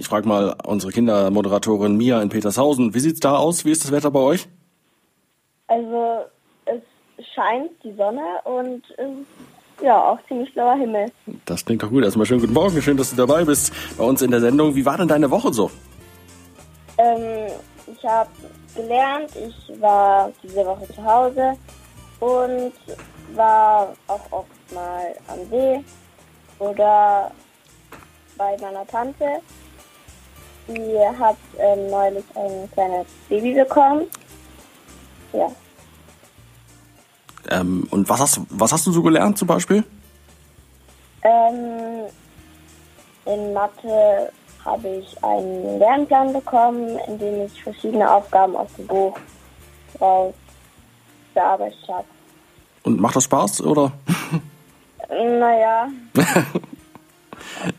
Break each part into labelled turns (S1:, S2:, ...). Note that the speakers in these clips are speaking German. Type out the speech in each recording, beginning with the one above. S1: frag mal unsere Kindermoderatorin Mia in Petershausen. Wie sieht's da aus? Wie ist das Wetter bei euch?
S2: Also es scheint die Sonne und ähm, ja, auch ziemlich blauer Himmel.
S1: Das klingt doch gut. Erstmal schönen guten Morgen. Schön, dass du dabei bist bei uns in der Sendung. Wie war denn deine Woche so?
S2: Ähm, ich habe gelernt, ich war diese Woche zu Hause und war auch oft mal am See oder bei meiner Tante. Die hat ähm, neulich ein kleines Baby bekommen. Ja.
S1: Ähm, und was hast, was hast du so gelernt zum Beispiel?
S2: Ähm, in Mathe habe ich einen Lernplan bekommen, in dem ich verschiedene Aufgaben aus dem Buch raus bearbeitet habe.
S1: Und macht das Spaß oder?
S2: Naja,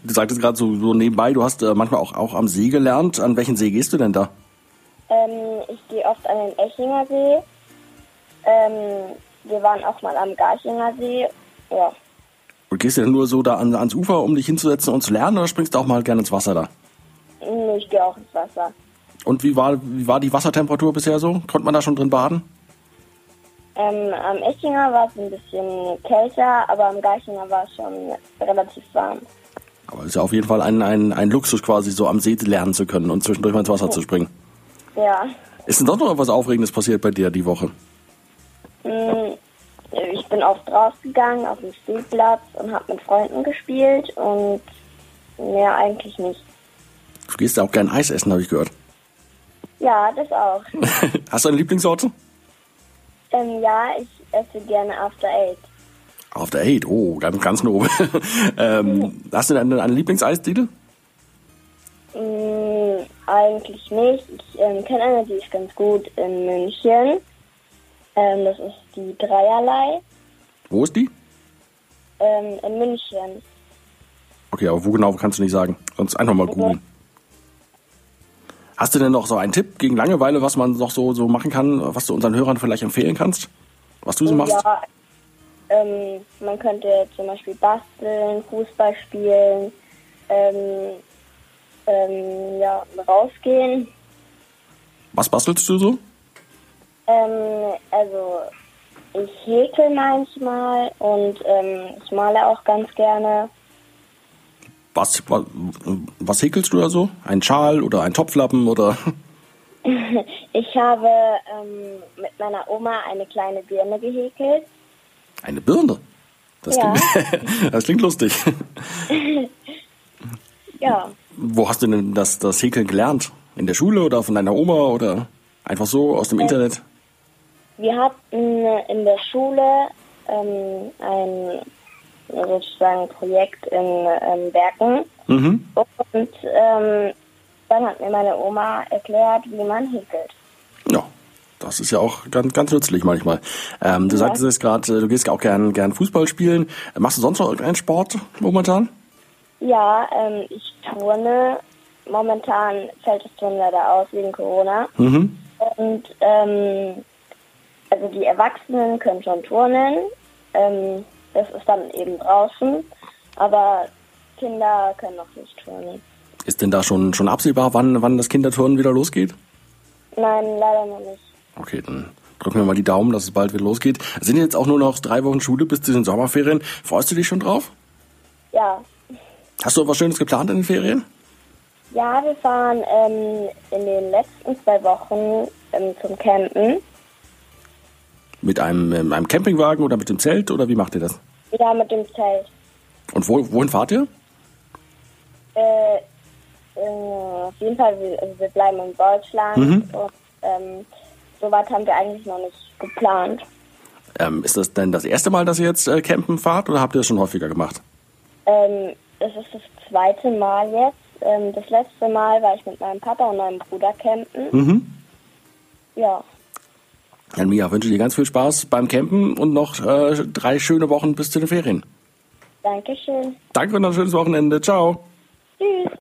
S1: Du sagtest gerade so, so nebenbei, du hast äh, manchmal auch, auch am See gelernt. An welchen See gehst du denn da?
S2: ähm, ich gehe oft an den Echinger See. Ähm, wir waren auch mal am Garchinger See. Ja.
S1: Und gehst du denn nur so da an, ans Ufer, um dich hinzusetzen und zu lernen oder springst du auch mal gerne ins Wasser da?
S2: Nee, ich gehe auch ins Wasser.
S1: Und wie war, wie war die Wassertemperatur bisher so? Konnte man da schon drin baden?
S2: Ähm, am Echinger war es ein bisschen kälter, aber am Garchinger war es schon relativ warm.
S1: Aber ist ja auf jeden Fall ein, ein, ein Luxus quasi, so am See lernen zu können und zwischendurch mal ins Wasser zu springen.
S2: Ja.
S1: Ist denn sonst noch was Aufregendes passiert bei dir die Woche?
S2: Mm, Ich bin oft rausgegangen auf den Spielplatz und habe mit Freunden gespielt und mehr eigentlich nicht.
S1: Du gehst ja auch gern Eis essen, habe ich gehört.
S2: Ja, das auch.
S1: Hast du eine Lieblingssorte?
S2: ähm, ja, ich esse gerne After Eight.
S1: Auf der Eight, oh, ganz, ganz nobel. ähm, hast du denn eine, eine Lieblingseisdiele?
S2: Mm, eigentlich nicht. Ich ähm, kenne eine, die ist ganz gut in München. Ähm, das ist die Dreierlei
S1: Wo ist die?
S2: ähm, in München.
S1: Okay, aber wo genau kannst du nicht sagen. Sonst einfach mal googeln. Hast du denn noch so einen Tipp gegen Langeweile, was man noch so, so machen kann, was du unseren Hörern vielleicht empfehlen kannst? Was du so machst?
S2: Ja, ähm, man könnte zum Beispiel basteln, Fußball spielen, ähm, ähm, ja, rausgehen.
S1: Was bastelst du so?
S2: Ähm, also ich häkel manchmal und ähm, ich male auch ganz gerne.
S1: Was, was, was häkelst du da so? Ein Schal oder ein Topflappen oder?
S2: Ich habe ähm, mit meiner Oma eine kleine Birne gehäkelt.
S1: Eine Birne. Das,
S2: Ja.
S1: klingt, das klingt lustig.
S2: Ja,
S1: Wo hast du denn das, das Häkeln gelernt? In der Schule oder von deiner Oma oder einfach so aus dem Internet?
S2: wir hatten äh, in der Schule ähm, ein sozusagen Projekt in ähm, Werken.
S1: Mhm.
S2: Und ähm, dann hat mir meine Oma erklärt, wie man häkelt.
S1: Ja, das ist ja auch ganz, ganz nützlich manchmal. Ähm, du sagtest jetzt gerade, äh, du gehst ja auch gern, gern Fußball spielen. Äh, Machst du sonst noch irgendeinen Sport momentan?
S2: Ja, ähm, ich turne. Momentan fällt das Turnen leider aus wegen Corona.
S1: Mhm.
S2: Und ähm, also die Erwachsenen können schon turnen. Ähm, das ist dann eben draußen. Aber Kinder können noch nicht turnen.
S1: Ist denn da schon, schon absehbar, wann, wann das Kinderturnen wieder losgeht?
S2: Nein, leider noch nicht.
S1: Okay, dann drücken wir mal die Daumen, dass es bald wieder losgeht. Es sind jetzt auch nur noch drei Wochen Schule bis zu den Sommerferien. Freust du dich schon drauf?
S2: Ja.
S1: Hast du was Schönes geplant in den Ferien?
S2: Ja, wir fahren ähm, in den letzten zwei Wochen ähm, zum Campen.
S1: Mit einem, ähm, einem Campingwagen oder mit dem Zelt oder wie macht ihr das?
S2: Ja, mit dem Zelt.
S1: Und wo, wohin fahrt ihr?
S2: Äh, äh, auf jeden Fall, wir, also wir bleiben in Deutschland und ähm, so weit haben wir eigentlich noch nicht geplant.
S1: Ähm, ist das denn das erste Mal, dass ihr jetzt äh, campen fahrt oder habt ihr das schon häufiger gemacht?
S2: Ähm, es ist das zweite Mal jetzt. Ähm, das letzte Mal war ich mit meinem Papa und meinem Bruder campen. Ja,
S1: Dann Mia, wünsche dir ganz viel Spaß beim Campen und noch äh, drei schöne Wochen bis zu den Ferien.
S2: danke schön.
S1: Danke und ein schönes Wochenende. Ciao.
S2: Tschüss.